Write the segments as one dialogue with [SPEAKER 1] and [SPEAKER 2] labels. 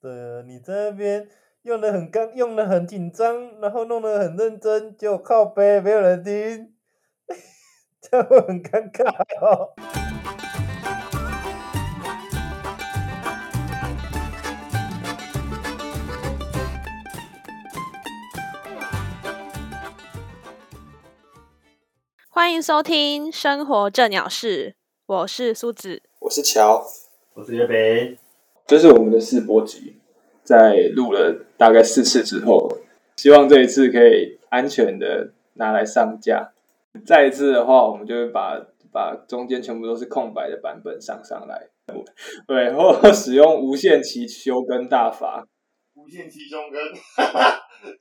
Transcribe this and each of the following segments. [SPEAKER 1] 对，你在那边用的很刚，用的很紧张，然后弄得很认真，结果靠背没有人听， 这样会很尴尬哦。
[SPEAKER 2] 欢迎收听《生活这鸟事》，我是苏子。
[SPEAKER 3] 我是乔，
[SPEAKER 4] 我是月北，
[SPEAKER 3] 这是我们的试播集，在录了大概四次之后，希望这一次可以安全的拿来上架。再一次的话，我们就会把把中间全部都是空白的版本上上来，对，或者使用无限期休更大法。
[SPEAKER 5] 无限期中跟，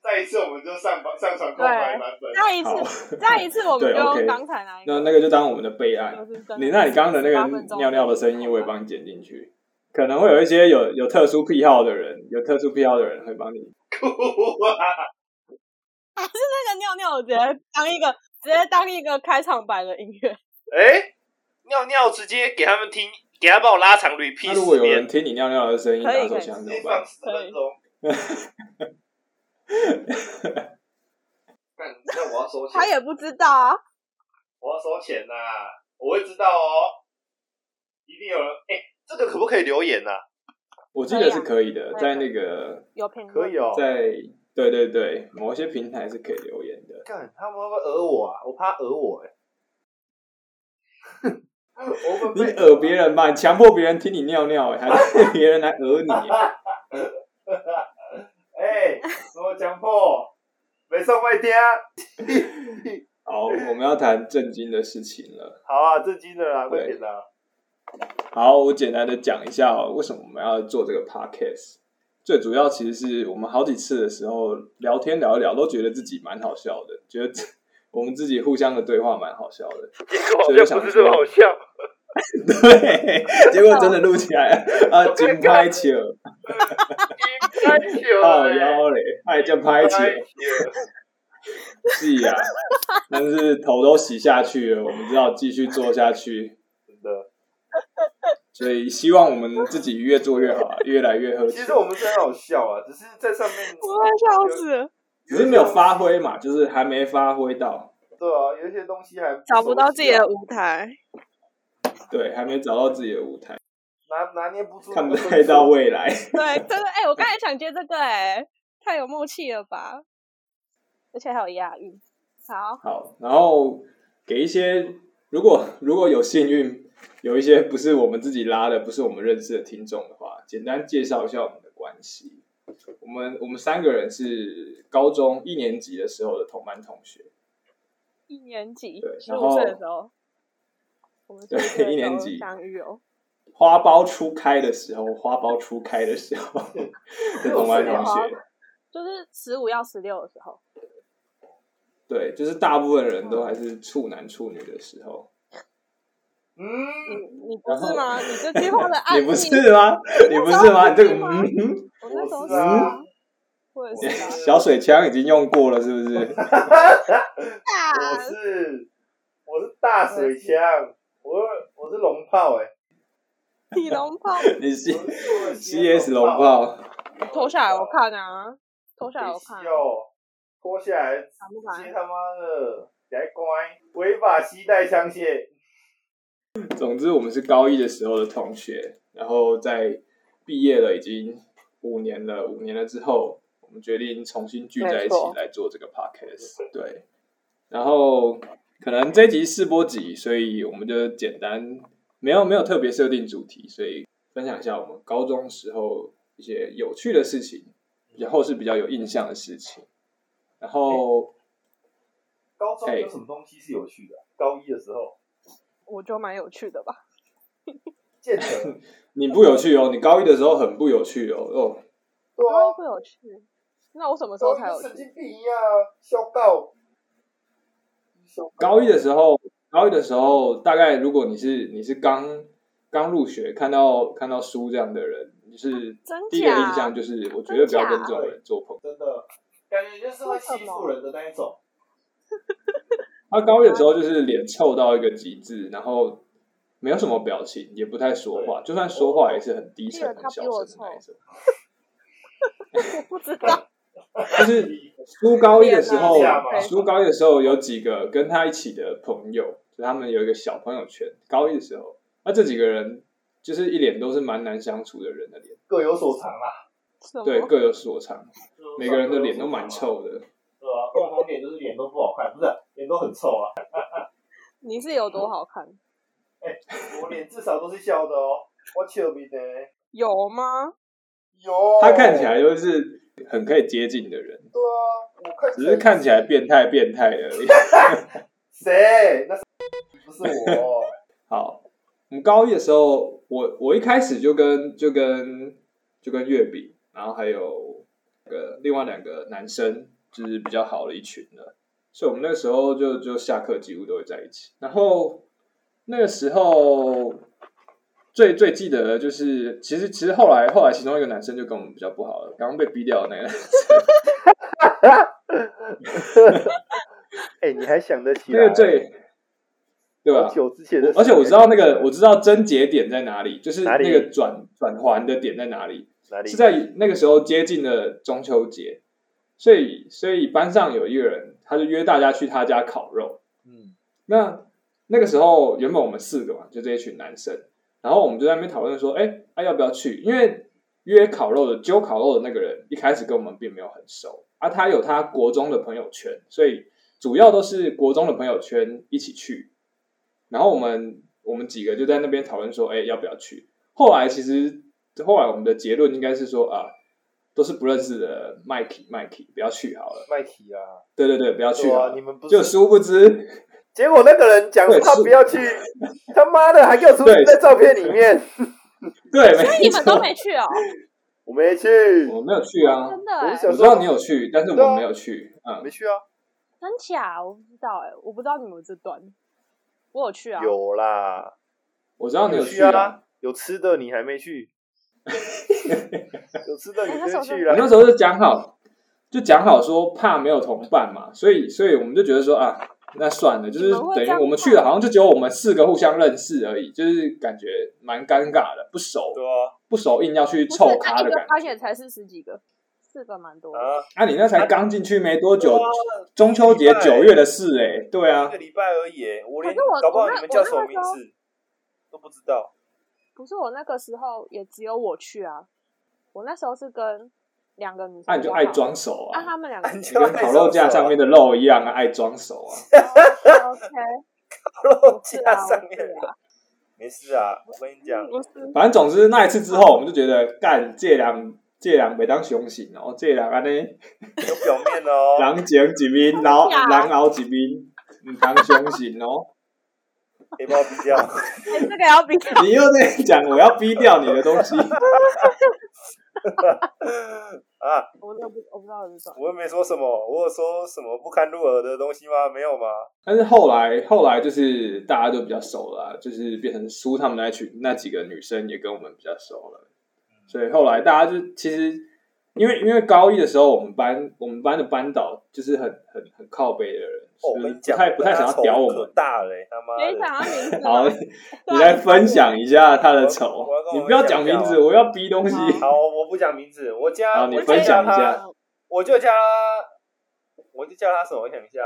[SPEAKER 5] 再一次我们就上榜上传空白版本。
[SPEAKER 2] 再一
[SPEAKER 3] 好，
[SPEAKER 2] 次，再一次，我们
[SPEAKER 3] 对
[SPEAKER 2] 就
[SPEAKER 3] OK
[SPEAKER 2] 刚才那一
[SPEAKER 3] 那
[SPEAKER 2] 个。
[SPEAKER 3] 那个就当我们的备案。
[SPEAKER 2] 就是真的
[SPEAKER 3] 你那你刚刚的那
[SPEAKER 2] 18分
[SPEAKER 3] 个
[SPEAKER 2] 钟
[SPEAKER 3] 尿尿的声音，我也帮你剪进去。可能会有一些有有特殊癖好的人，有特殊癖好的人会帮你。
[SPEAKER 5] 酷 啊！
[SPEAKER 2] 那个尿尿，我直接当一个，直接当一个开场白的音乐。
[SPEAKER 5] 哎、尿尿直接给他们听，给他帮我拉长
[SPEAKER 3] 那
[SPEAKER 5] repeat
[SPEAKER 3] 如果
[SPEAKER 5] 十
[SPEAKER 3] 有人听
[SPEAKER 5] 遍，
[SPEAKER 3] 你尿尿的声音，
[SPEAKER 2] 可以
[SPEAKER 3] 打手枪怎么
[SPEAKER 5] 直接
[SPEAKER 3] 办
[SPEAKER 5] 放？十分钟。干，那我要收
[SPEAKER 2] 他
[SPEAKER 5] 钱，
[SPEAKER 2] 也不知道啊，
[SPEAKER 5] 我要收钱呐、我会知道哦，一定有人。哎、这个可不可以留言呐、
[SPEAKER 3] 我记得是
[SPEAKER 2] 可
[SPEAKER 3] 可以的，
[SPEAKER 2] 可以
[SPEAKER 3] 在那个
[SPEAKER 2] 有评论
[SPEAKER 5] 可
[SPEAKER 3] 啊
[SPEAKER 5] 以哦。
[SPEAKER 3] 在对对对，某一些平台是可以留言的。
[SPEAKER 5] 干，他们会不会讹我啊？我怕讹我哎、 我会不
[SPEAKER 3] 你
[SPEAKER 5] 会被
[SPEAKER 3] 讹别人吧，你强迫别人听你尿尿，还是别人来讹你？欸
[SPEAKER 5] 哎、我强迫，没送外啊天。
[SPEAKER 3] 好，我们要谈正经的事情了。
[SPEAKER 5] 好啊，震惊的啊啦，
[SPEAKER 3] 对
[SPEAKER 5] 快点啦！
[SPEAKER 3] 好，我简单的讲一下、哦、为什么我们要做这个 podcast。最主要其实是我们好几次的时候聊天聊一聊，都觉得自己蛮好笑的，觉得我们自己互相的对话蛮好笑的。
[SPEAKER 5] 结果
[SPEAKER 3] 好像不是这么好
[SPEAKER 5] 笑，
[SPEAKER 3] 对，结果真的录起来啊，真拍球，
[SPEAKER 5] 拍球
[SPEAKER 3] 靠腰嘞，还叫拍球，是呀、啊但是头都洗下去了，我们只好继续做下去。
[SPEAKER 5] 真的。
[SPEAKER 3] 所以希望我们自己越做越好啊，越来越合
[SPEAKER 5] 其
[SPEAKER 3] 群
[SPEAKER 5] 实。我们是很好笑啊，只是在 上面
[SPEAKER 2] 我快笑死了，
[SPEAKER 3] 只是没有发挥嘛，就是还没发挥到，
[SPEAKER 5] 对啊，有一些东西还熟悉啊
[SPEAKER 2] 找不到自己的舞台。
[SPEAKER 3] 对，还没找到自己的舞台，
[SPEAKER 5] 拿拿捏不住，
[SPEAKER 3] 看不太到。未来。
[SPEAKER 2] 对，真的，哎、我刚才想接这个、哎，太有默契了吧？而且还有押韵。好，
[SPEAKER 3] 好，然后给一些如果如果有幸运，有一些不是我们自己拉的，不是我们认识的听众的话，简单介绍一下我们的关系。我们我们三个人是高中一年级的时候的同班同学，
[SPEAKER 2] 一年级
[SPEAKER 3] 对
[SPEAKER 2] 十
[SPEAKER 3] 然
[SPEAKER 2] 五岁的
[SPEAKER 3] 后
[SPEAKER 2] 时候，我们
[SPEAKER 3] 对
[SPEAKER 2] 15岁的
[SPEAKER 3] 一年
[SPEAKER 2] 时候
[SPEAKER 3] 级
[SPEAKER 2] 相遇哦。
[SPEAKER 3] 花苞初开的时候，花苞初开的时 候的同班同
[SPEAKER 2] 花
[SPEAKER 3] 学，
[SPEAKER 2] 就是十五要十六的时候，
[SPEAKER 3] 对，就是大部分人都还是处男处女的时候。
[SPEAKER 2] 你
[SPEAKER 5] 嗯，
[SPEAKER 2] 你不是吗？你这句话的暗
[SPEAKER 3] 啊你
[SPEAKER 2] 喻，
[SPEAKER 3] 不是吗？你不是吗？你这个嗯，
[SPEAKER 2] 我那时候
[SPEAKER 5] 我
[SPEAKER 2] 是
[SPEAKER 5] 是啊
[SPEAKER 2] 啊，我也是啊，
[SPEAKER 3] 小水枪已经用过了，是不 是？
[SPEAKER 5] 我是啊我是大水枪，我我是龙炮哎、
[SPEAKER 2] 体龙炮
[SPEAKER 3] 你是
[SPEAKER 5] 我是我是
[SPEAKER 3] CS 龙炮，
[SPEAKER 2] 脱下来我看啊，脱下来我看啊，
[SPEAKER 5] 哟，脱下来
[SPEAKER 2] 敢不
[SPEAKER 5] 接
[SPEAKER 2] 敢？
[SPEAKER 5] 他妈的，来乖，违法携带枪械，
[SPEAKER 3] 总之我们是高一的时候的同学，然后在毕业了已经五年了，五年了之后，我们决定重新聚在
[SPEAKER 2] 没
[SPEAKER 3] 一起
[SPEAKER 2] 错
[SPEAKER 3] 来做这个 podcast。对，然后可能这集试播集，所以我们就简单没有没有特别设定主题，所以分享一下我们高中时候一些有趣的事情，然后是比较有印象的事情。然后
[SPEAKER 5] 高中有什么东西是有趣的？高一的时候，
[SPEAKER 2] 我觉得蛮有趣的吧。
[SPEAKER 5] 见 得
[SPEAKER 3] 你不有趣哦，你高一的时候很不有趣哦哦，
[SPEAKER 5] 对
[SPEAKER 2] 高一
[SPEAKER 5] 啊，
[SPEAKER 2] 不有趣，那我什么时候
[SPEAKER 5] 高
[SPEAKER 2] 才有
[SPEAKER 5] 一
[SPEAKER 2] 趣
[SPEAKER 5] 神？经病一样啊，小告。小告
[SPEAKER 3] 高一的时候，高一的时候，大概如果你是你是刚刚入学，看到看到书这样的人，你是
[SPEAKER 2] 哦真
[SPEAKER 3] 第一个
[SPEAKER 2] 假
[SPEAKER 3] 印象就是，我绝对不要跟
[SPEAKER 2] 真假
[SPEAKER 3] 这种人做朋友。
[SPEAKER 5] 真的感觉就是会欺负人的那一种，
[SPEAKER 3] 他高一的时候就是脸臭到一个极致，然后没有什么表情，也不太说话，就算说话也是很低沉、
[SPEAKER 2] 记得
[SPEAKER 3] 很
[SPEAKER 2] 他
[SPEAKER 3] 小
[SPEAKER 2] 比我
[SPEAKER 3] 声的那一种。
[SPEAKER 2] 我 不知道，
[SPEAKER 3] 就是初高一的时候
[SPEAKER 5] 天哪
[SPEAKER 2] 对，
[SPEAKER 3] 初高一的时候有几个跟他一起的朋友，就他们有一个小朋友圈。高一的时候，那这几个人就是一脸都是蛮难相处的人的脸，
[SPEAKER 5] 各有所长啦。
[SPEAKER 2] 什 么
[SPEAKER 3] 对，各有所长，每个人的脸都蛮
[SPEAKER 5] 臭，
[SPEAKER 3] 臭的。
[SPEAKER 5] 对啊吧、共同点就是脸都不好看，不是脸都很臭啊。
[SPEAKER 2] 你是有多好看？
[SPEAKER 5] 我脸至少都是笑的哦，我笑面的。
[SPEAKER 2] 有吗？
[SPEAKER 5] 有，
[SPEAKER 3] 他看起来就是很可以接近的人，
[SPEAKER 5] 对啊，我看
[SPEAKER 3] 只是看起来变态变态而已。
[SPEAKER 5] 谁？那是不是我？
[SPEAKER 3] 好，我们高一的时候，我我一开始就跟就跟就跟月饼，然后还有呃另外两个男生，就是比较好的一群了，所以我们那时候就就下课几乎都会在一起。然后那个时候最最记得的就是，其实其实后来后来其中一个男生就跟我们比较不好了，刚刚被逼掉的那个男生，
[SPEAKER 5] 哎、你还想得起
[SPEAKER 3] 那个最对吧？
[SPEAKER 5] 久之前的事
[SPEAKER 3] 而且我知道那个，我知道症结点在哪里，就是
[SPEAKER 5] 哪里
[SPEAKER 3] 那个转转环的点在哪里。
[SPEAKER 5] 哪里
[SPEAKER 3] 是在那个时候接近了中秋节，所以所以班上有一个人，他就约大家去他家烤肉。
[SPEAKER 5] 嗯，
[SPEAKER 3] 那那个时候原本我们四个嘛，就这一群男生，然后我们就在那边讨论说，哎、啊要不要去？因为约烤肉的揪烤肉的那个人一开始跟我们并没有很熟啊，他有他国中的朋友圈，所以主要都是国中的朋友圈一起去。然后我们我们几个就在那边讨论说，哎、要不要去？后来其实后来我们的结论应该是说啊，都是不认识的，Mikey Mikey 不要去好了。
[SPEAKER 5] 麦提啊，
[SPEAKER 3] 对对对，不要去
[SPEAKER 5] 对
[SPEAKER 3] 好
[SPEAKER 5] 啊，
[SPEAKER 3] 了。
[SPEAKER 5] 你们不？
[SPEAKER 3] 就是殊不知，
[SPEAKER 5] 结果那个人讲说
[SPEAKER 3] 对
[SPEAKER 5] 他
[SPEAKER 3] 是
[SPEAKER 5] 不要去， 他妈的还给我出现
[SPEAKER 3] 对
[SPEAKER 5] 在照片里面，
[SPEAKER 3] 对，
[SPEAKER 2] 所以
[SPEAKER 3] 没
[SPEAKER 2] 你们
[SPEAKER 3] 错
[SPEAKER 2] 都，没去哦，
[SPEAKER 5] 我没去，
[SPEAKER 3] 我没有去啊。
[SPEAKER 2] 真的
[SPEAKER 5] 我
[SPEAKER 2] 哎、
[SPEAKER 5] 是
[SPEAKER 3] 我
[SPEAKER 5] 想
[SPEAKER 3] 知道你有去，但是
[SPEAKER 5] 对啊
[SPEAKER 3] 我没有去。嗯，
[SPEAKER 5] 没去啊，
[SPEAKER 2] 真假？我不知道哎、我不知道你们这段，我有去啊，
[SPEAKER 5] 有啦，
[SPEAKER 3] 我知道你有
[SPEAKER 5] 去
[SPEAKER 3] 去
[SPEAKER 5] 啊。，有吃的你还 没去，有吃的你
[SPEAKER 2] 哎他手
[SPEAKER 5] 就
[SPEAKER 2] 上
[SPEAKER 5] 去
[SPEAKER 3] 我那
[SPEAKER 5] 了，
[SPEAKER 3] 时候就讲好，就讲好说怕没有同伴嘛，所以所以我们就觉得说啊，那算了，就是
[SPEAKER 2] 你们会这
[SPEAKER 3] 等于
[SPEAKER 2] 样
[SPEAKER 3] 我们去了，好像就只有我们四个互相认识而已，就是感觉蛮尴尬的，不熟
[SPEAKER 5] 对啊，
[SPEAKER 3] 不熟，硬要去
[SPEAKER 2] 不是
[SPEAKER 3] 凑
[SPEAKER 2] 那
[SPEAKER 3] 咖
[SPEAKER 2] 一
[SPEAKER 3] 的
[SPEAKER 2] 个
[SPEAKER 3] 感觉。
[SPEAKER 2] 班也才四十几个，四个蛮多的。
[SPEAKER 5] 啊，
[SPEAKER 3] 啊，你那才刚进去没多久
[SPEAKER 5] 对啊，
[SPEAKER 3] 中秋
[SPEAKER 5] 一
[SPEAKER 3] 节
[SPEAKER 5] 个礼拜
[SPEAKER 3] 九月的事哎，对
[SPEAKER 5] 一
[SPEAKER 3] 啊
[SPEAKER 5] 个，礼拜而已，我连
[SPEAKER 2] 可是我
[SPEAKER 5] 搞不好
[SPEAKER 2] 我那
[SPEAKER 5] 你们叫什么
[SPEAKER 2] 我那
[SPEAKER 5] 名
[SPEAKER 2] 个时候
[SPEAKER 5] 字都不知道，
[SPEAKER 2] 不是我那个时候也只有我去啊，我那时候是跟两个女生，
[SPEAKER 3] 那啊你就爱，装熟
[SPEAKER 2] 啊，
[SPEAKER 3] 啊，
[SPEAKER 2] 他们两个
[SPEAKER 5] 你
[SPEAKER 3] 你
[SPEAKER 5] 就
[SPEAKER 3] 跟
[SPEAKER 5] 爱
[SPEAKER 3] 烤肉架上面的肉一样啊，爱装熟啊。
[SPEAKER 2] ，OK，
[SPEAKER 5] 烤肉
[SPEAKER 2] 不是
[SPEAKER 5] 架
[SPEAKER 2] 啊，
[SPEAKER 5] 上
[SPEAKER 2] 我
[SPEAKER 5] 面
[SPEAKER 2] 是嗯啊，
[SPEAKER 5] 没事啊，我跟你讲，
[SPEAKER 2] 不是，
[SPEAKER 3] 反正总之那一次之后，我们就觉得干这人这人袂当相信哦，这人安尼
[SPEAKER 5] 有表面 的哦，
[SPEAKER 3] 人情一面，然后
[SPEAKER 2] 真的假
[SPEAKER 3] 人后一面，唔通相信哦。
[SPEAKER 5] 黑包比较，
[SPEAKER 2] 哎，这个要比较
[SPEAKER 3] 你又在讲我要逼掉你的东西，
[SPEAKER 5] 啊，
[SPEAKER 2] 我都不我不知道怎么说，
[SPEAKER 5] 我又没说什么，我有说什么不堪入耳的东西吗？没有吗？
[SPEAKER 3] 但是后来后来就是大家都比较熟了啊、就是变成苏他们那群那几个女生也跟我们比较熟了，所以后来大家就其实因为因为高一的时候，我们班我们班的班导就是很很很靠背的人，
[SPEAKER 5] 哦，我
[SPEAKER 3] 就是
[SPEAKER 5] 跟你
[SPEAKER 3] 不
[SPEAKER 5] 讲，
[SPEAKER 3] 太不太想要屌我们
[SPEAKER 5] 可。大嘞，他妈
[SPEAKER 2] 谁
[SPEAKER 5] 的！
[SPEAKER 2] 想要名字
[SPEAKER 3] 好，
[SPEAKER 2] 吗？
[SPEAKER 3] 你来分享一下他的仇
[SPEAKER 5] 我要跟我。
[SPEAKER 3] 你不要讲名字，我要逼东西。
[SPEAKER 2] 好
[SPEAKER 5] 哦好，我不讲名字，我加，
[SPEAKER 3] 好
[SPEAKER 5] 我
[SPEAKER 3] 你
[SPEAKER 5] 就
[SPEAKER 3] 分享一
[SPEAKER 5] 叫他
[SPEAKER 3] 下，
[SPEAKER 5] 我就叫他，我就叫他什么？我想一下，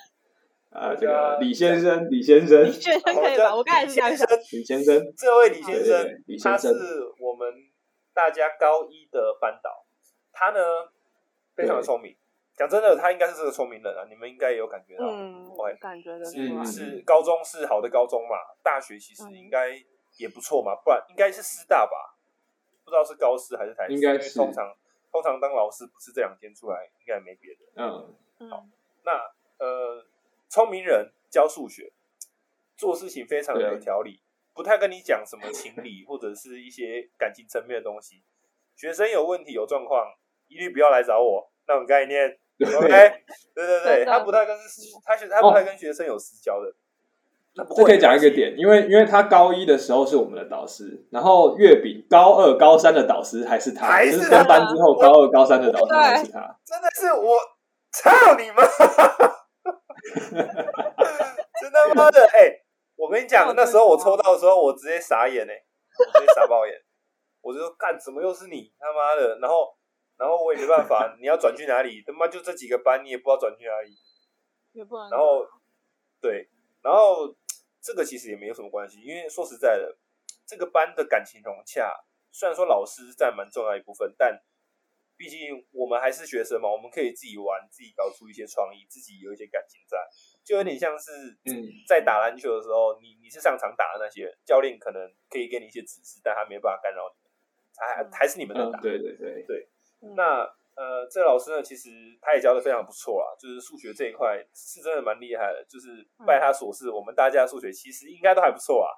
[SPEAKER 3] 啊，这个李先生，李先生
[SPEAKER 2] 你， 觉得可
[SPEAKER 5] 我
[SPEAKER 2] 以吧？
[SPEAKER 5] 叫
[SPEAKER 2] 我刚才也是这样
[SPEAKER 5] 先
[SPEAKER 2] 想
[SPEAKER 5] 生，，
[SPEAKER 3] 李先生，
[SPEAKER 5] 这位李
[SPEAKER 2] 好
[SPEAKER 5] 先
[SPEAKER 3] 对对
[SPEAKER 5] 生，
[SPEAKER 3] 对，李
[SPEAKER 5] 他
[SPEAKER 3] 先
[SPEAKER 5] 是
[SPEAKER 3] 生，
[SPEAKER 5] 我们大家高一的班导，他呢非常的聪明。讲真的，他应该是这个聪明人啊，你们应该也有感觉到。
[SPEAKER 2] 嗯，我感觉得出来
[SPEAKER 3] 嗯，
[SPEAKER 5] 是高中是好的高中嘛，大学其
[SPEAKER 2] 嗯
[SPEAKER 5] 实应该也不错嘛，不然应该是师大吧，不知道是高师还是台师，
[SPEAKER 3] 应该
[SPEAKER 5] 因为
[SPEAKER 3] 是
[SPEAKER 5] 通常通常当老师不是这两天出来，应该没别的。
[SPEAKER 3] 嗯，
[SPEAKER 2] 嗯，
[SPEAKER 5] 那呃，聪明人教数学，做事情非常的有条理，不太跟你讲什么情理或者是一些感情层面的东西。学生有问题有状况，一律不要来找我，那种概 念。OK，对对对，
[SPEAKER 2] 真的嗯
[SPEAKER 5] 他不太跟他学他不太跟学生有私交的。那不
[SPEAKER 3] 这
[SPEAKER 5] 会
[SPEAKER 3] 可以讲一个点，因为因为他高一的时候是我们的导师，然后月饼高二、高三的导师还是他，
[SPEAKER 5] 还是
[SPEAKER 3] 就是分班之后
[SPEAKER 5] 他
[SPEAKER 3] 高二、高三的导师还是他，
[SPEAKER 5] 真的是我操你妈！ 真他妈的，哎、我跟你讲，那时候我抽到的时候，我直接傻眼哎、我直接傻爆眼，我就说干，怎么又是你他妈的？然后，然后我也没办法，你要转去哪里？他妈就这几个班，你也不知道转去哪里。
[SPEAKER 2] 也不能。
[SPEAKER 5] 然后，对，然后这个其实也没有什么关系，因为说实在的，这个班的感情融洽，虽然说老师占蛮重要一部分，但毕竟我们还是学生嘛，我们可以自己玩，自己搞出一些创意，自己有一些感情在，就有点像是
[SPEAKER 3] 嗯
[SPEAKER 5] 在打篮球的时候，你你是上场打的那些人，教练可能可以给你一些指示，但他没办法干扰你，还
[SPEAKER 2] 嗯
[SPEAKER 5] 还是你们在
[SPEAKER 3] 嗯
[SPEAKER 5] 打，。
[SPEAKER 3] 对对对，
[SPEAKER 2] 嗯
[SPEAKER 5] 那呃，这个老师呢，其实他也教的非常不错啦，就是数学这一块是真的蛮厉害的，就是拜他所赐，我们大家数学其实应该都还不错啊。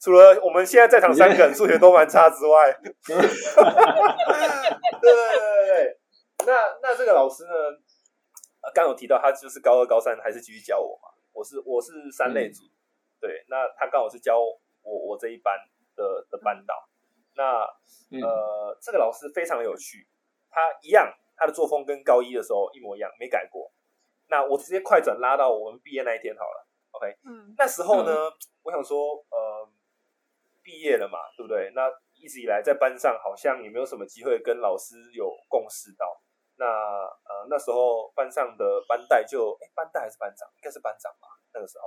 [SPEAKER 5] 除了我们现在在场三个人数学都蛮差之外，对对对对对，那那这个老师呢，呃刚有提到他就是高二、高三还是继续教我嘛，我是我是三类组，对，那他刚好是教我我这一班的的班导，那
[SPEAKER 3] 嗯
[SPEAKER 5] 呃，这个老师非常有趣，他一样，他的作风跟高一的时候一模一样，没改过。那我直接快转拉到我们毕业那一天好了。OK，
[SPEAKER 2] 嗯
[SPEAKER 5] 那时候呢，我想说，呃，毕业了嘛，对不对？那一直以来在班上好像也没有什么机会跟老师有共识到。那呃，那时候班上的班带就，哎，班带还是班长，应该是班长吧。那个时候，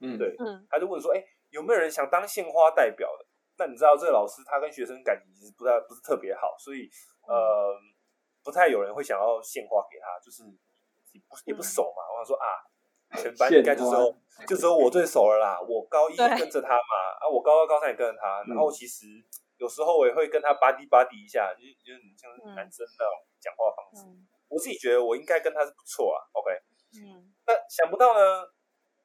[SPEAKER 3] 嗯
[SPEAKER 5] 对
[SPEAKER 2] 嗯，
[SPEAKER 5] 他就问说：“哎、有没有人想当献花代表的？”那你知道这个老师他跟学生感情其实不太不是特别好，所以
[SPEAKER 2] 嗯
[SPEAKER 5] 呃，不太有人会想要献花给他，就是也不
[SPEAKER 2] 嗯
[SPEAKER 5] 也不熟嘛。我想说啊，全班应该就只
[SPEAKER 3] 献
[SPEAKER 5] 有就只有我最熟了啦。我高一
[SPEAKER 2] 对
[SPEAKER 5] 跟着他嘛，啊，我高二高三也跟着他，然后其实有时候我也会跟他吧唧吧唧一下，就是有点像是男生那种讲话方式。
[SPEAKER 2] 嗯
[SPEAKER 5] 我自己觉得我应该跟他是不错啊，OK。
[SPEAKER 2] 嗯
[SPEAKER 5] 那想不到呢，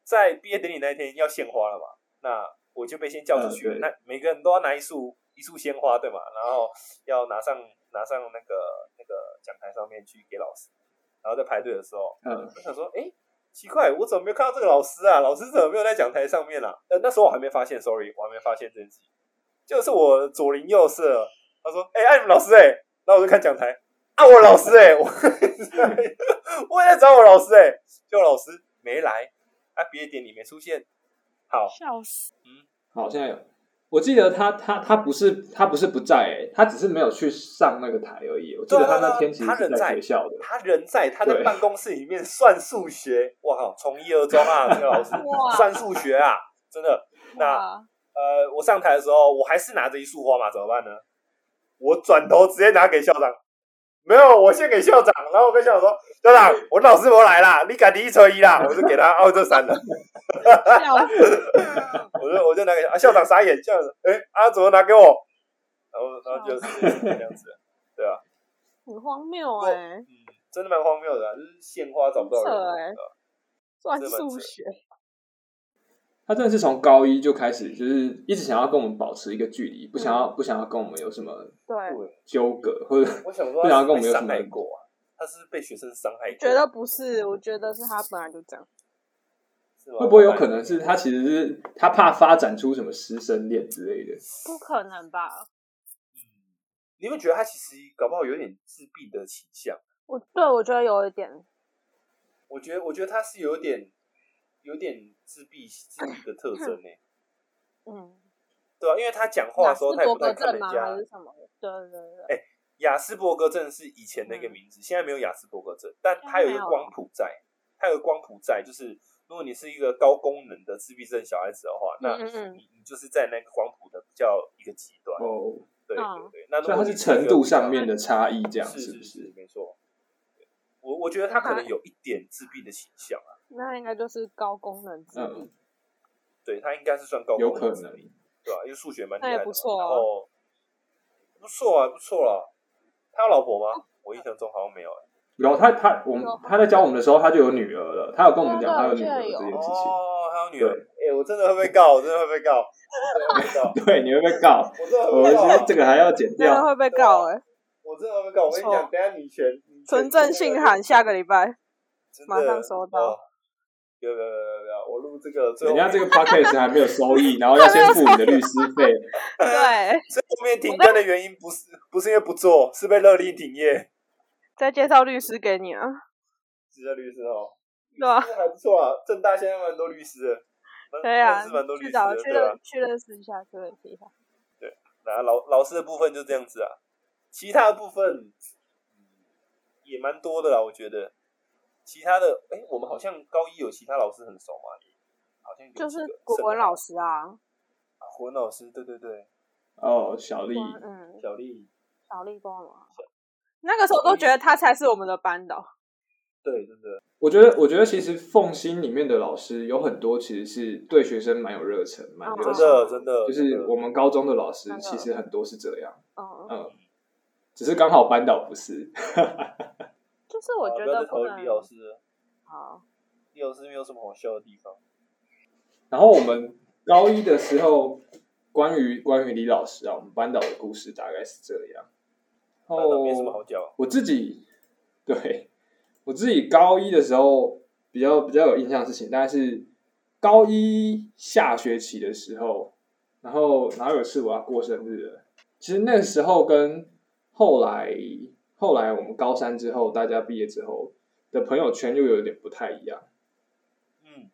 [SPEAKER 5] 在毕业典礼那一天要献花了嘛，那我就被先叫出去
[SPEAKER 3] 嗯
[SPEAKER 5] 了。
[SPEAKER 3] 对
[SPEAKER 5] 那每个人都要拿一束一束鲜花，对嘛？然后要拿上拿上那个那个讲台上面去给老师。然后在排队的时候，
[SPEAKER 3] 嗯
[SPEAKER 5] 我想说，哎，奇怪，我怎么没有看到这个老师啊？老师怎么没有在讲台上面啊？呃，那时候我还没发现，sorry，我还没发现这件事情。就是我左邻右舍，他说，哎，哎，你们老师哎、然后我就看讲台，啊，我老师哎、 我我也在找我老师哎、就老师没来，啊，毕业典礼没出现。好，
[SPEAKER 2] 笑死，
[SPEAKER 3] 好像有。我记得他他他不是他不是不在、欸，他只是没有去上那个台而已。我记得
[SPEAKER 5] 对啊
[SPEAKER 3] 他
[SPEAKER 5] 对啊
[SPEAKER 3] 那天其实
[SPEAKER 5] 他
[SPEAKER 3] 是
[SPEAKER 5] 人在
[SPEAKER 3] 学校的，
[SPEAKER 5] 他人在，他在
[SPEAKER 3] 对
[SPEAKER 5] 办公室里面算数学，哇靠，从一而终啊，这个老师
[SPEAKER 2] 哇
[SPEAKER 5] 算数学啊，真的。那
[SPEAKER 3] 啊
[SPEAKER 2] 哇
[SPEAKER 5] 呃，我上台的时候，我还是拿着一束花嘛，怎么办呢？我转头直接拿给校长，没有，我先给校长，然后我跟校长说，校长，我老师我来啦，你赶紧一车一啦，我就给他，啊，我就闪了。
[SPEAKER 2] 笑死，
[SPEAKER 5] 我就我就拿给啊校长傻眼，校长哎、啊怎么拿给我？然后然后就是这样子，对啊，
[SPEAKER 2] 很荒谬哎，
[SPEAKER 5] 嗯，真的蛮荒谬的、啊，就是献花找不到人，
[SPEAKER 2] 很扯欸
[SPEAKER 5] 对啊
[SPEAKER 2] 算
[SPEAKER 5] 这蛮
[SPEAKER 2] 数
[SPEAKER 5] 扯
[SPEAKER 2] 学，
[SPEAKER 3] 他真的是从高一就开始，就是一直想要跟我们保持一个距离，不想要不想要跟我们有什么
[SPEAKER 2] 对，
[SPEAKER 5] 对，
[SPEAKER 3] 纠葛，或者
[SPEAKER 5] 嗯我想说
[SPEAKER 3] 不
[SPEAKER 5] 他
[SPEAKER 3] 想
[SPEAKER 5] 是
[SPEAKER 3] 跟我
[SPEAKER 5] 被
[SPEAKER 3] 们有什
[SPEAKER 5] 伤
[SPEAKER 3] 么
[SPEAKER 5] 害过啊，他是被学生伤害过，
[SPEAKER 2] 觉得不是，我觉得是他本来就这样，
[SPEAKER 5] 是吗
[SPEAKER 3] 会不会有可能是他其实是他怕发展出什么师生恋之类的？
[SPEAKER 2] 不可能吧？
[SPEAKER 5] 你会觉得他其实搞不好有点自闭的倾向？
[SPEAKER 2] 我对我觉得有一点，
[SPEAKER 5] 我觉得我觉得他是有点有点自闭自闭的特征呢、
[SPEAKER 2] 嗯，
[SPEAKER 5] 对啊，因为他讲话
[SPEAKER 2] 雅
[SPEAKER 5] 的时
[SPEAKER 2] 斯
[SPEAKER 5] 候，他也
[SPEAKER 2] 伯
[SPEAKER 5] 不太
[SPEAKER 2] 格
[SPEAKER 5] 看
[SPEAKER 2] 症
[SPEAKER 5] 人
[SPEAKER 2] 吗？
[SPEAKER 5] 家
[SPEAKER 2] 还。是什么的？对对对
[SPEAKER 5] 哎雅斯伯格症是以前
[SPEAKER 2] 嗯
[SPEAKER 5] 的一个名字，现在没有雅斯伯格症，但它有一个光谱在，它有个光谱在，就是如果你是一个高功能的自闭症小孩子的话，
[SPEAKER 2] 嗯
[SPEAKER 5] 那
[SPEAKER 2] 嗯嗯
[SPEAKER 5] 你你就是在那个光谱的比较一个极端，
[SPEAKER 3] 哦，
[SPEAKER 5] 对对
[SPEAKER 2] 嗯
[SPEAKER 5] 对。那如
[SPEAKER 3] 所以
[SPEAKER 5] 果
[SPEAKER 3] 它
[SPEAKER 5] 你
[SPEAKER 3] 是
[SPEAKER 5] 一个
[SPEAKER 3] 程度上面
[SPEAKER 5] 比
[SPEAKER 3] 的差异，这
[SPEAKER 5] 较
[SPEAKER 3] 样
[SPEAKER 5] 是
[SPEAKER 3] 不
[SPEAKER 5] 是
[SPEAKER 3] 是？
[SPEAKER 5] 没错。我我觉得他可
[SPEAKER 2] 啊
[SPEAKER 5] 能有一点自闭的倾向啊，
[SPEAKER 2] 那应该就是高功能自
[SPEAKER 3] 嗯
[SPEAKER 5] 哦
[SPEAKER 2] 闭，，
[SPEAKER 5] 对他应该是算高
[SPEAKER 3] 有
[SPEAKER 5] 功
[SPEAKER 3] 可
[SPEAKER 5] 能自
[SPEAKER 3] 能
[SPEAKER 5] 闭，。对吧、因为数学蛮厉
[SPEAKER 2] 那
[SPEAKER 5] 害
[SPEAKER 2] 也
[SPEAKER 5] 的嘛，
[SPEAKER 2] 不错
[SPEAKER 5] 然
[SPEAKER 2] 啊
[SPEAKER 5] 后不错啊，不错了。他有老婆
[SPEAKER 2] 哦
[SPEAKER 5] 吗？我印象中好像没有、欸。
[SPEAKER 3] 然后他他我们
[SPEAKER 2] 有
[SPEAKER 3] 他在教我们的时候，他就有女儿了，他有跟我们
[SPEAKER 2] 对
[SPEAKER 3] 讲
[SPEAKER 2] 对
[SPEAKER 3] 他有
[SPEAKER 2] 我
[SPEAKER 3] 女
[SPEAKER 2] 记得
[SPEAKER 3] 儿这
[SPEAKER 2] 有
[SPEAKER 3] 件事情。
[SPEAKER 5] 哦，还有女儿，哎、我真的会被告，我真的会被告，我真的会被告，
[SPEAKER 3] 对，你会 被告。
[SPEAKER 5] 我真的
[SPEAKER 3] 我
[SPEAKER 5] 会
[SPEAKER 3] 们
[SPEAKER 5] 被告，啊
[SPEAKER 2] 哦
[SPEAKER 3] 这这个还要剪
[SPEAKER 2] 真的
[SPEAKER 3] 掉。
[SPEAKER 2] 会被
[SPEAKER 5] 哦
[SPEAKER 2] 告哎，
[SPEAKER 5] 我真的会被告。我跟你讲，
[SPEAKER 2] 错
[SPEAKER 5] 等一下女权，女权
[SPEAKER 2] 纯正信函下个礼 拜，
[SPEAKER 5] 真的
[SPEAKER 2] 马上收到
[SPEAKER 5] 哦不要不要不要不要！我录这个最
[SPEAKER 3] 人
[SPEAKER 5] 后，
[SPEAKER 3] 家这个
[SPEAKER 2] 哦
[SPEAKER 3] podcast 还没有 收益，然后要先付你的律师费。
[SPEAKER 2] 对，
[SPEAKER 5] 最后面停更的原因不是不是因为不做，是被勒令停业。
[SPEAKER 2] 再介绍律师给你啊，
[SPEAKER 5] 职业律师哦，
[SPEAKER 2] 对吧？
[SPEAKER 5] 这还不错啊。正大现在蛮多律师的，蛮
[SPEAKER 2] 对啊，
[SPEAKER 5] 认识蛮多律
[SPEAKER 2] 去
[SPEAKER 5] 师
[SPEAKER 2] 找
[SPEAKER 5] 的，
[SPEAKER 2] 去
[SPEAKER 5] 对吧
[SPEAKER 2] 认？去认识一下，去认识一下。
[SPEAKER 5] 那老老师的部分就这样子啊。其他的部分嗯也蛮多的啦，我觉得。其他的，哎、我们好像高一有其他老师很熟嘛，好像有几个
[SPEAKER 2] 就是国文老
[SPEAKER 5] 师、
[SPEAKER 2] 师啊，
[SPEAKER 5] 啊国文老师，对对对，
[SPEAKER 3] 哦，小丽
[SPEAKER 2] 国，文嗯，
[SPEAKER 5] 小丽，
[SPEAKER 2] 小丽光嘛， 那个时候都觉得他才是我们的班导，
[SPEAKER 5] 对，真的，
[SPEAKER 3] 我觉得，我觉得其实凤新里面的老师有很多其实是对学生蛮有热忱，蛮
[SPEAKER 2] 哦
[SPEAKER 3] 热
[SPEAKER 5] 真
[SPEAKER 3] 忱。
[SPEAKER 5] 的真的，
[SPEAKER 3] 就是我们高中的老师
[SPEAKER 2] 真的
[SPEAKER 3] 其实很多是这样，
[SPEAKER 2] 嗯，
[SPEAKER 3] 嗯，只是刚好班导不是。
[SPEAKER 2] 就是我觉
[SPEAKER 5] 啊不要
[SPEAKER 2] 得
[SPEAKER 5] 再讨
[SPEAKER 2] 不
[SPEAKER 5] 论李老
[SPEAKER 2] 能
[SPEAKER 5] 师了，
[SPEAKER 2] 好，
[SPEAKER 5] 李老师没有什么好笑的地方。
[SPEAKER 3] 然后我们高一的时候，关于关于李老师啊，我们班导的故事大概是这样。
[SPEAKER 5] 班
[SPEAKER 3] 哦，
[SPEAKER 5] 导没什么好讲。
[SPEAKER 3] 我自己 对我自己高一的时候比较比较有印象的事情，大概是高一下学期的时候，然后然后有一次我要过生日了，其实那个时候跟后来后来我们高三之后，大家毕业之后的朋友圈又有点不太一样。
[SPEAKER 5] 嗯，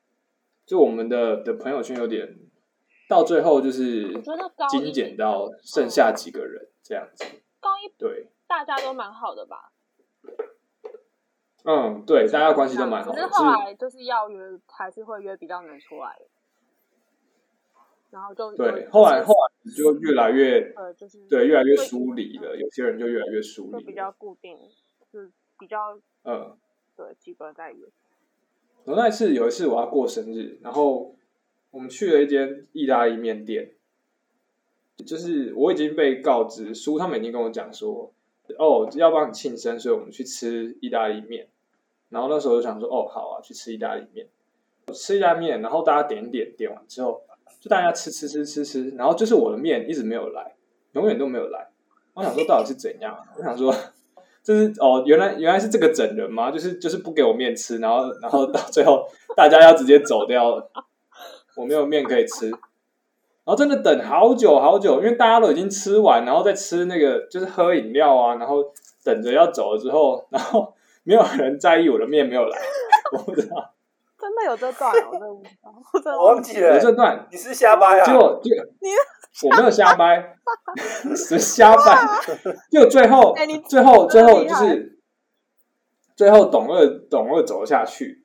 [SPEAKER 3] 就我们的的朋友圈有点到最后就是
[SPEAKER 2] 我觉得高一
[SPEAKER 3] 精简到剩下几个人这样子。
[SPEAKER 2] 高一
[SPEAKER 3] 对，
[SPEAKER 2] 大家都蛮好的吧，
[SPEAKER 3] 嗯，对，大家关系都蛮好
[SPEAKER 2] 只
[SPEAKER 3] 的，
[SPEAKER 2] 是后来就是要约还是会约比较能出来，然后就
[SPEAKER 3] 对，后来后来就越来越
[SPEAKER 2] 呃就是
[SPEAKER 3] 对越来越疏离了，有些人就越来越疏
[SPEAKER 2] 就
[SPEAKER 3] 离
[SPEAKER 2] 比
[SPEAKER 3] 了。
[SPEAKER 2] 较固定，就是比较
[SPEAKER 3] 嗯，
[SPEAKER 2] 对几个在约，
[SPEAKER 3] 然后那一次有一次我要过生日，然后我们去了一间意大利面店，就是我已经被告知，叔他们已经跟我讲说，哦，要帮你庆生，所以我们去吃意大利面。然后那时候就想说，哦，好啊，去吃意大利面，吃意大利面，然后大家点一点点完之后，就大家吃吃吃吃吃，然后就是我的面一直没有来，永远都没有来。我想说到底是怎样啊、我想说。这是哦，原来原来是这个整人吗？就是就是不给我面吃，然后然后到最后大家要直接走掉了，我没有面可以吃。然后真的等好久好久，因为大家都已经吃完，然后再吃那个就是喝饮料啊，然后等着要走了之后，然后没有人在意我的面没有来，我不知道
[SPEAKER 2] 真的有这段哦，我真的不知道，我真的
[SPEAKER 5] 我忘记了、
[SPEAKER 3] 有这段，
[SPEAKER 5] 你是瞎 掰啊？
[SPEAKER 3] 结果结果我没有 瞎掰，是瞎掰，就最后
[SPEAKER 2] 哎你
[SPEAKER 3] 最后最
[SPEAKER 2] 真的
[SPEAKER 3] 后
[SPEAKER 2] 厉
[SPEAKER 3] 就
[SPEAKER 2] 害
[SPEAKER 3] 是最后董二董二走了下去，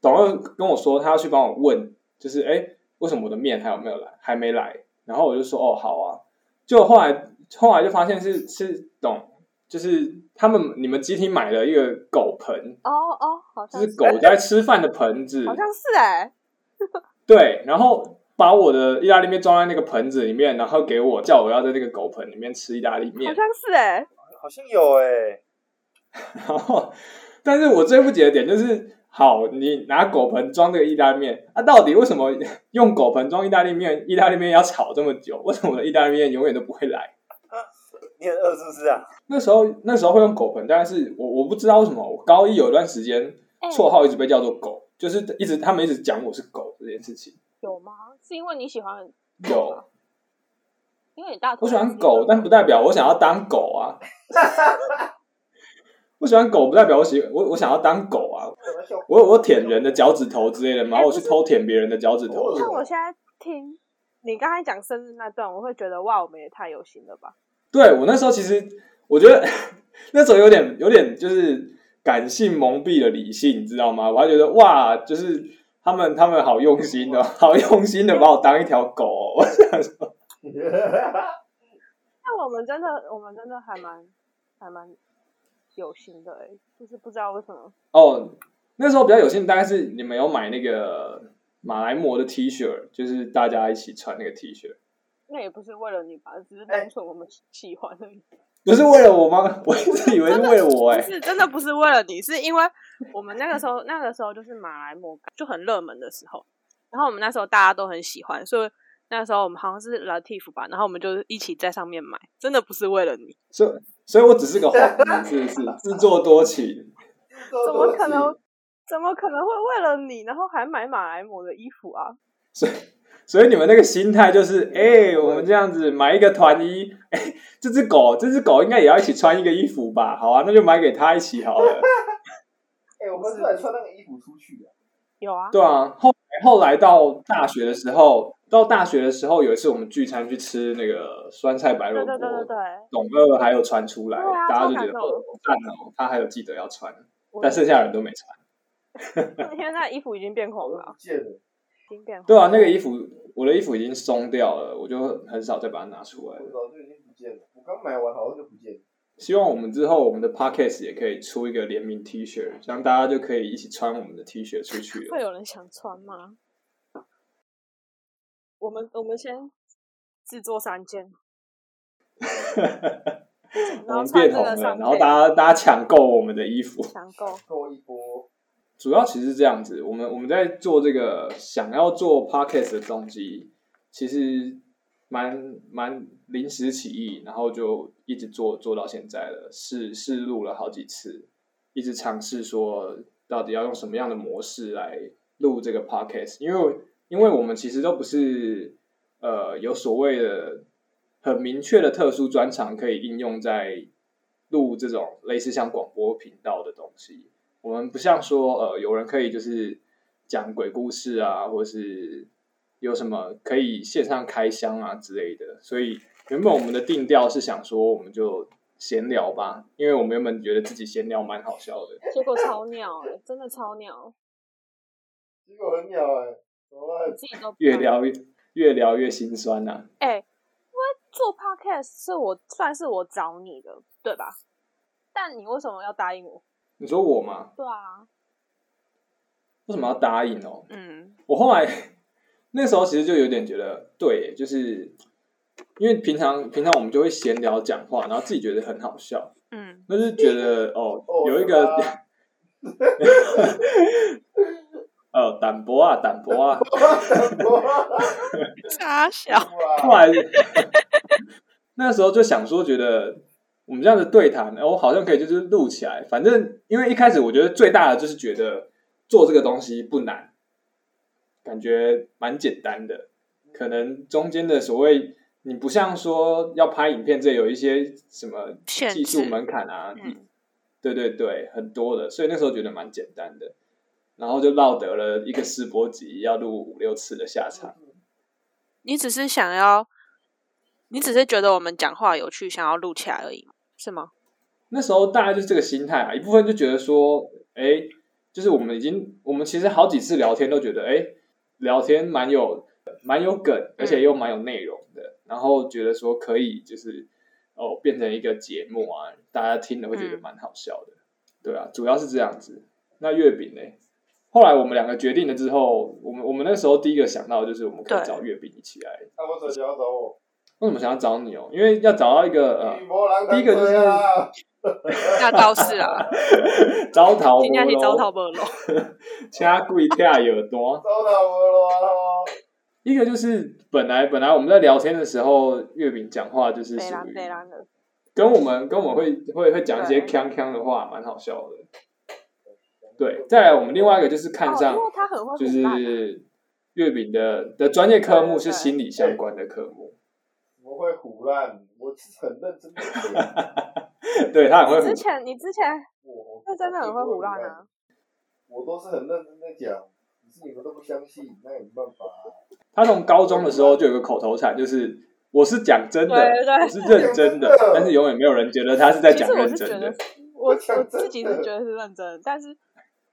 [SPEAKER 3] 董二跟我说他要去帮我问，就是哎、诶为什么我的面还有没有来，还没来？然后我就说哦好啊，就后来后来就发现是是董，就是他们你们集体买了一个狗盆，
[SPEAKER 2] 哦哦，好
[SPEAKER 3] 就
[SPEAKER 2] 像
[SPEAKER 3] 是狗在吃饭的盆 子，
[SPEAKER 2] 好像是哎、
[SPEAKER 3] 对，然后把我的意大利面装在那个盆子里面，然后给我叫我要在那个狗盆里面吃意大利
[SPEAKER 2] 好
[SPEAKER 3] 面，
[SPEAKER 2] 像是哎、
[SPEAKER 5] 好像有哎、
[SPEAKER 3] 然后，但是我最不解的点就是，好，你拿狗盆装这个意大利面，啊，到底为什么用狗盆装意大利面， 意大利面要炒这么久？为什么我的意大利面永远都不会来？
[SPEAKER 5] 你很饿是不是啊？
[SPEAKER 3] 那时候那时候会用狗盆，但是我我不知道为什么，我高一有一段时间
[SPEAKER 2] 哎
[SPEAKER 3] 绰号一直被叫做狗，就是一直他们一直讲我是狗这件事情。
[SPEAKER 2] 有吗？是因为你喜欢
[SPEAKER 3] 有
[SPEAKER 2] 吗，因为你大
[SPEAKER 3] 我喜欢狗，但不代表我想要当狗啊。我喜欢狗，不代表我喜我我想要当狗啊。我我舔人的脚趾头之类的吗？
[SPEAKER 2] 哎
[SPEAKER 3] 我去
[SPEAKER 2] 不是
[SPEAKER 3] 偷舔别人的脚趾头
[SPEAKER 5] 哦，
[SPEAKER 2] 但我现在听你刚才讲生日那段，我会觉得哇，我们也太有心了吧？
[SPEAKER 3] 对我那时候其实我觉得 那时候有点有点就是感性蒙蔽了理性，你知道吗？我还觉得哇，就是他们他们好用心的， 好用心的把我当一条狗、哦。我想说，
[SPEAKER 2] 但我们真的，我们真的还蛮还蛮有心的哎、就是不知道为什么
[SPEAKER 3] 哦，那时候比较有幸，大概是你们有买那个马来貘的 T 恤，就是大家一起穿那个 T 恤，
[SPEAKER 2] 那也不是为了你吧，只是单纯我们喜欢而已。
[SPEAKER 3] 不是为了我吗？ 我一直以为是为了我哎、
[SPEAKER 2] 不是真的不是为了你，是因为我们那个时候 那个时候就是马来摩就很热门的时候，然后我们那时候大家都很喜欢，所以那时候我们好像是 Latif 吧，然后我们就一起在上面买，真的不是为了你，
[SPEAKER 3] 所以所以我只 是个幌子，是不是？自作多情。
[SPEAKER 2] 怎
[SPEAKER 5] 怎
[SPEAKER 2] 么可能？怎么可能会为了你，然后还买马来摩的衣服啊？
[SPEAKER 3] 所以所以你们那个心态就是，哎、我们这样子买一个团衣，哎、这只狗，这只狗应该也要一起穿一个衣服吧？好啊，那就买给它一起 好了。
[SPEAKER 5] 哎、我们是不是还穿那个衣服出去的、
[SPEAKER 2] 有啊，
[SPEAKER 3] 对啊，后来后来到大学的时候，到大学的时候，有一次我们聚餐去吃那个酸菜白
[SPEAKER 2] 对
[SPEAKER 3] 萝
[SPEAKER 2] 对对对
[SPEAKER 3] 卜，
[SPEAKER 2] 对，
[SPEAKER 3] 董二还有传出来，
[SPEAKER 2] 对啊
[SPEAKER 3] 大家
[SPEAKER 2] 超
[SPEAKER 3] 就
[SPEAKER 2] 感
[SPEAKER 3] 觉得
[SPEAKER 2] 动
[SPEAKER 3] 哦好赞哦，他还有记得要穿，
[SPEAKER 2] 我
[SPEAKER 3] 但剩下的人都没穿。
[SPEAKER 2] 因为那衣服已经变红了，
[SPEAKER 5] 见了，
[SPEAKER 2] 已经变红。
[SPEAKER 3] 对啊，那个衣服，我的衣服已经松掉了，我就很少再把它拿出来了。
[SPEAKER 5] 早就已经不见了，我刚买完好像就不见了。
[SPEAKER 3] 希望我们之后我们的 podcast 也可以出一个联名 T 恤，这样大家就可以一起穿我们的 T 恤出去
[SPEAKER 2] 会
[SPEAKER 3] 了。
[SPEAKER 2] 有人想穿吗？我们我们先制作三件，
[SPEAKER 3] 我
[SPEAKER 2] 然后
[SPEAKER 3] 们
[SPEAKER 2] 穿
[SPEAKER 3] 变
[SPEAKER 2] 这
[SPEAKER 3] 红
[SPEAKER 2] 个
[SPEAKER 3] 了，
[SPEAKER 2] 上
[SPEAKER 3] 然后
[SPEAKER 2] 配
[SPEAKER 3] 大家大家抢购我们的衣服。
[SPEAKER 2] 抢购。
[SPEAKER 5] 够一波，
[SPEAKER 3] 主要其实是这样子，我们我们在做这个想要做 podcast 的动机，其实蛮蛮临时起意，然后就一直做做到现在了，试试录了好几次，一直尝试说到底要用什么样的模式来录这个 podcast，因为因为我们其实都不是呃有所谓的很明确的特殊专长可以应用在录这种类似像广播频道的东西，我们不像说呃，有人可以就是讲鬼故事啊，或是有什么可以线上开箱啊之类的。所以原本我们的定调是想说，我们就闲聊吧，因为我们原本觉得自己闲聊蛮好笑的。
[SPEAKER 2] 结果超鸟哎、真的超鸟，
[SPEAKER 5] 结果很鸟哎、怎么办？
[SPEAKER 2] 自己都不
[SPEAKER 3] 越
[SPEAKER 2] 敢
[SPEAKER 3] 聊越越聊越心酸啊呐、
[SPEAKER 2] 哎、因为做 podcast 是我算是我找你的，对吧？但你为什么要答应我？
[SPEAKER 3] 你说我嘛，
[SPEAKER 2] 对啊，
[SPEAKER 3] 为什么要答应哦？
[SPEAKER 2] 嗯，
[SPEAKER 3] 我后来 那时候其实就有点觉得，对，就是因为平常平常我们就会闲聊讲话，然后自己觉得很好笑，
[SPEAKER 2] 嗯，
[SPEAKER 3] 那就是觉得哦
[SPEAKER 5] 哦，
[SPEAKER 3] 有一个
[SPEAKER 5] 什么
[SPEAKER 3] 呃胆薄啊，胆薄啊。
[SPEAKER 2] 傻小，
[SPEAKER 3] 后
[SPEAKER 5] 哇，
[SPEAKER 3] 来 那时候就想说，觉得我们这样的对谈，呃我好像可以就是录起来。反正因为一开始我觉得最大的就是觉得做这个东西不难，感觉蛮简单的。可能中间的所谓你不像说要拍影片，这有一些什么
[SPEAKER 2] 限
[SPEAKER 3] 技术
[SPEAKER 2] 制
[SPEAKER 3] 门槛啊，
[SPEAKER 2] 嗯
[SPEAKER 3] 对对对，很多的，所以那时候觉得蛮简单的，然后就落得了一个试播集要录五六次的下场。
[SPEAKER 2] 你只是想要，你只是觉得我们讲话有趣，想要录起来而已，是吗？
[SPEAKER 3] 那时候大概就是这个心态啊，一部分就觉得说，哎、就是我们已经，我们其实好几次聊天都觉得，哎、聊天蛮有蛮有梗，而
[SPEAKER 2] 嗯
[SPEAKER 3] 且又蛮有内容的，然后觉得说可以就是哦变成一个节目啊，大家听了会
[SPEAKER 2] 嗯
[SPEAKER 3] 觉得蛮好笑的，对啊，主要是这样子。那月饼呢？后来我们两个决定了之后，我们我们那时候第一个想到的就是我们可以
[SPEAKER 2] 对
[SPEAKER 3] 找月饼一起来。
[SPEAKER 5] 他们说想要找我，
[SPEAKER 3] 为什么想要找你哦？因为要找到一个 呃
[SPEAKER 5] 女魔狼
[SPEAKER 3] 第一个就是
[SPEAKER 5] 当真啊
[SPEAKER 2] 那倒是 啊，
[SPEAKER 3] 招桃
[SPEAKER 2] 今天去招桃
[SPEAKER 3] 咯，
[SPEAKER 2] 伯龙，
[SPEAKER 3] 掐贵恰有多。
[SPEAKER 5] 找到我了啊，
[SPEAKER 3] 一个就是本来本来我们在聊天的时候，月饼讲话就是
[SPEAKER 2] 北
[SPEAKER 3] 属
[SPEAKER 2] 兰
[SPEAKER 3] 于
[SPEAKER 2] 北兰的，
[SPEAKER 3] 跟我们跟我们会会会讲一些
[SPEAKER 2] 对
[SPEAKER 3] 锵锵的话，蛮好笑的。对，再来我们另外一个就是看上
[SPEAKER 2] 哦，因为他很会
[SPEAKER 3] 就
[SPEAKER 2] 腐烂啊
[SPEAKER 3] 是月饼的的专业科目
[SPEAKER 2] 对对
[SPEAKER 3] 是心理相关的科目，
[SPEAKER 5] 我会胡乱，我是很认真的写，
[SPEAKER 3] 对他很会
[SPEAKER 2] 之
[SPEAKER 3] 唬
[SPEAKER 2] 前你之前
[SPEAKER 5] 我
[SPEAKER 2] 那真的很会胡乱啊。，
[SPEAKER 5] 我都是很认真在讲，只是你们都不相信，那也没办法啊。
[SPEAKER 3] 他从高中的时候就有个口头禅，就是我是讲 真的，
[SPEAKER 2] 对对
[SPEAKER 3] 我是认真的
[SPEAKER 5] 讲真的，
[SPEAKER 3] 但是永远没有人觉得他是在
[SPEAKER 2] 其
[SPEAKER 3] 讲
[SPEAKER 2] 实我
[SPEAKER 3] 认
[SPEAKER 2] 是觉
[SPEAKER 3] 真
[SPEAKER 2] 得
[SPEAKER 3] 的
[SPEAKER 2] 是，。 我
[SPEAKER 5] 我讲
[SPEAKER 2] 我
[SPEAKER 5] 真
[SPEAKER 2] 自己是
[SPEAKER 5] 的
[SPEAKER 2] 觉得是认真的，但是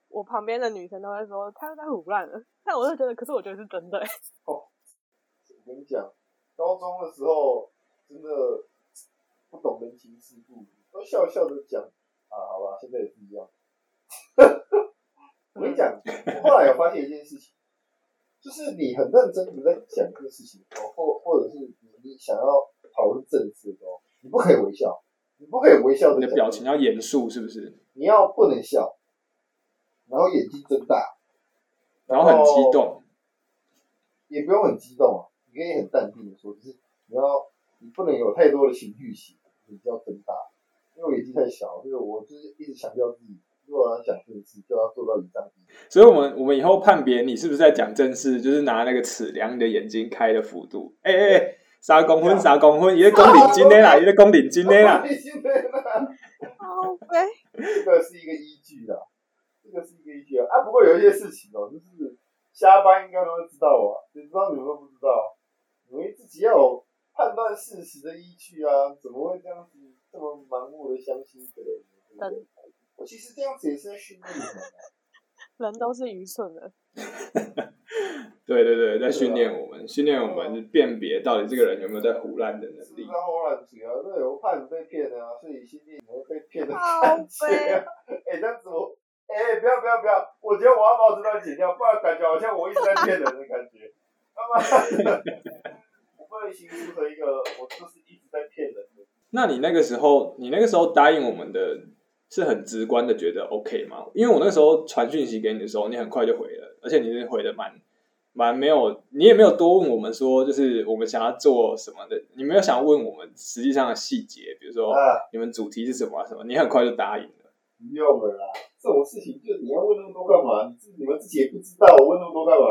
[SPEAKER 2] 我旁边的女生都会说她在胡乱了，但我就觉得，可是我觉得是真的、欸
[SPEAKER 5] 我跟你讲，高中的时候真的不懂人情世故，都笑笑的讲啊，好吧，现在也是一样。我 跟你讲，
[SPEAKER 3] 嗯
[SPEAKER 5] 我后来有发现一件事情，就是你很认真的在讲这个事情的时候，或或者是你你想要讨论政治的时候，你不可以微笑，你不可以微笑
[SPEAKER 3] 你
[SPEAKER 5] 的
[SPEAKER 3] 的表情，要严肃，是不是？
[SPEAKER 5] 你要不能笑，然后眼睛睁大，
[SPEAKER 3] 然后很激动，
[SPEAKER 5] 也不用很激动啊，你可以很淡定的说，就是你要你不能有太多的情绪起伏，你就要睁大，因为我眼睛太小，所以我就是一直强调自己，如果要讲这件事，就要做到以上。
[SPEAKER 3] 所以我们我们以后判别你是不是在讲正事，就是拿那个尺量你的眼睛开的幅度。哎哎哎，啥公分啥公分，一个公领巾的啦，一个公领巾的 啦。
[SPEAKER 2] 好呗，
[SPEAKER 5] 这个是一个依据啦，这个是一个依据啊。啊不过有一些事情哦，就是加班应该都会知道我、啊，谁知道你们都不知道？你们自己要有判断事实的依据啊，怎么会这样子这么盲目的相信别人？对不对我其实这样子也是在训练你们啊。
[SPEAKER 2] 人都是愚蠢的，
[SPEAKER 3] 对对对，在训练我们，训练我们辨别到底这个人有没有在胡乱的
[SPEAKER 5] 是
[SPEAKER 3] 能
[SPEAKER 5] 不
[SPEAKER 3] 力
[SPEAKER 5] 是。在后乱局啊？对，我怕你被骗啊，所以心里你会被骗的
[SPEAKER 2] 靠
[SPEAKER 5] 感觉
[SPEAKER 2] 背
[SPEAKER 5] 啊。哎、这样子我，哎、不要不要不要，我觉得我要把我这段剪掉，不然感觉好像我一直在骗人的感觉。他妈的， 我不能形塑成一个我就是一直在骗人的。
[SPEAKER 3] 那你那个时候，你那个时候答应我们的是很直观的，觉得 OK 吗？因为我那时候传讯息给你的时候，你很快就回了，而且你是回的蛮蛮没有，你也没有多问我们说，就是我们想要做什么的，你没有想问我们实际上的细节，比如说
[SPEAKER 5] 啊，
[SPEAKER 3] 你们主题是什么、啊、什么，你很快就答应了。
[SPEAKER 5] 不用了啦，这种事情就你要问那么多干嘛？你自你们自己也不知道，我问那么多干嘛？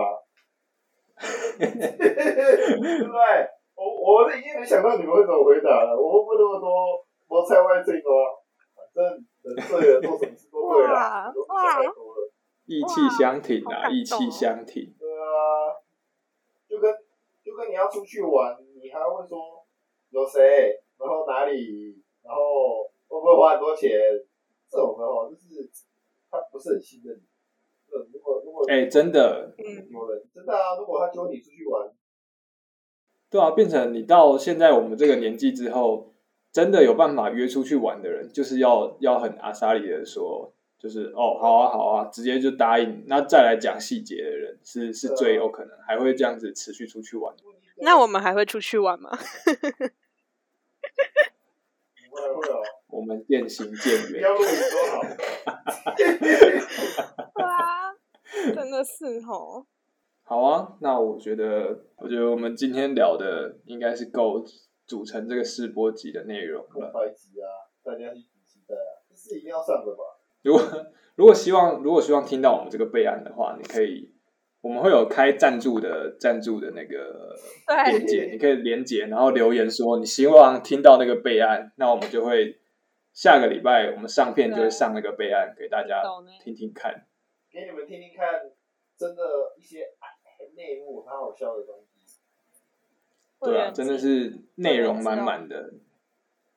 [SPEAKER 5] 对不对？我我已经没想到你们会怎么回答了，我问不那么多，我菜外这个，反正人对了，做什么事都对了，
[SPEAKER 3] 啊
[SPEAKER 5] 你都不想太多了。
[SPEAKER 3] 意气相挺
[SPEAKER 2] 哇好
[SPEAKER 3] 啊，
[SPEAKER 2] 感动哦
[SPEAKER 3] 意气相挺。
[SPEAKER 5] 对啊，就跟就跟你要出去玩，你还会说有谁，然后哪里，然后会不会花很多钱，这种的哦，就是他不是很信任你。对如果如果
[SPEAKER 3] 哎、真的，
[SPEAKER 2] 嗯，
[SPEAKER 5] 有人真的啊，如果他揪你出去玩，
[SPEAKER 3] 对啊，变成你到现在我们这个年纪之后，真的有办法约出去玩的人，就是要要很阿莎里的说，就是哦，好啊，好啊，直接就答应。那再来讲细节的人，是是最有可能还会这样子持续出去玩。
[SPEAKER 2] 那我们还会出去玩吗？
[SPEAKER 5] 不会会哦，
[SPEAKER 3] 我们渐行渐
[SPEAKER 5] 不
[SPEAKER 3] 远
[SPEAKER 5] 要，录影多好。
[SPEAKER 2] 对啊，真的是哦吼，
[SPEAKER 3] 好啊，那我觉得，我觉得我们今天聊的应该是够组成这个试播集的内容了
[SPEAKER 5] 空。白集啊，大家一起期待啊，这是一定要上的吧？
[SPEAKER 3] 如果如果希望如果希望听到我们这个备案的话，你可以，我们会有开赞助的赞助的那个
[SPEAKER 2] 对
[SPEAKER 3] 连接，你可以连接，然后留言说你希望听到那个备案，那我们就会下个礼拜我们上片就会上那个备案给大家
[SPEAKER 2] 懂欸
[SPEAKER 3] 听听看。
[SPEAKER 5] 给你们听听看，真的一些内幕很好笑的东西，
[SPEAKER 3] 对啊，真的是内容
[SPEAKER 2] 哦
[SPEAKER 3] 满满的。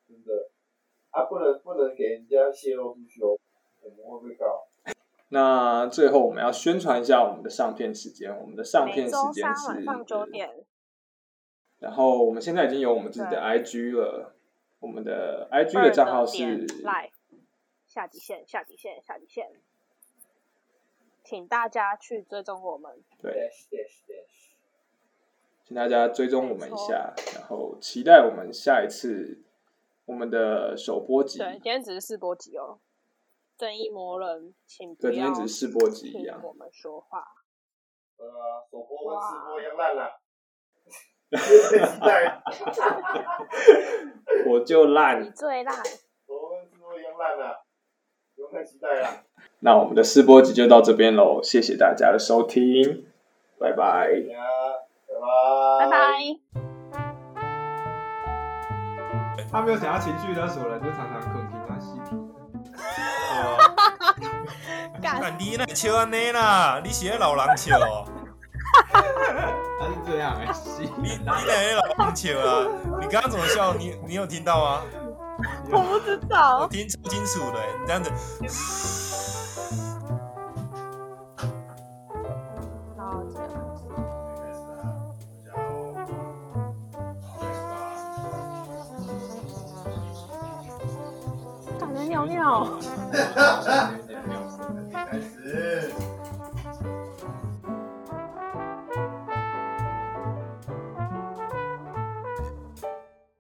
[SPEAKER 5] 真的啊，不能不能给人家泄露出去哦，我们会被告。
[SPEAKER 3] 那最后我们要宣传一下我们的上片时间，我们的上片时间是，
[SPEAKER 2] 点，
[SPEAKER 3] 然后我们现在已经有我们自己的
[SPEAKER 2] 对
[SPEAKER 3] IG 了，我们的 IG 的账号是
[SPEAKER 2] live 下底线，下底线，下底线，请大家去追踪我们。
[SPEAKER 3] 对，
[SPEAKER 5] dash dash dash，
[SPEAKER 3] 请大家追踪我们一下，然后期待我们下一次我们的首播集，
[SPEAKER 2] 对，今天只是试播集哦。正义魔人，请不
[SPEAKER 3] 对，今
[SPEAKER 2] 要
[SPEAKER 3] 天只是试播集一
[SPEAKER 2] 听
[SPEAKER 3] 样，
[SPEAKER 2] 我们说话。
[SPEAKER 5] 呃，首播跟吃播一样烂啊啦，最期待，
[SPEAKER 3] 我就
[SPEAKER 2] 你
[SPEAKER 3] 烂。
[SPEAKER 2] 最烂，
[SPEAKER 5] 首播跟吃播一样烂啦，不用太期待啊啦，
[SPEAKER 3] 那我们的试播集就到这边喽，谢谢大家的收听，拜拜。
[SPEAKER 5] 大家拜拜
[SPEAKER 2] 拜拜。
[SPEAKER 3] 他没有想要情绪勒索人，就常常困听他嬉皮。
[SPEAKER 1] 干啊你那笑安尼啦，你是咧老人笑哦，
[SPEAKER 3] 他是这样哎、嬉
[SPEAKER 1] 你你哪会老人笑啊？你刚刚怎么笑？你你有听到吗？
[SPEAKER 2] 我不知
[SPEAKER 1] 我
[SPEAKER 2] 道，
[SPEAKER 1] 听超清楚的、欸你这样子。
[SPEAKER 2] 然后这个。感觉尿尿。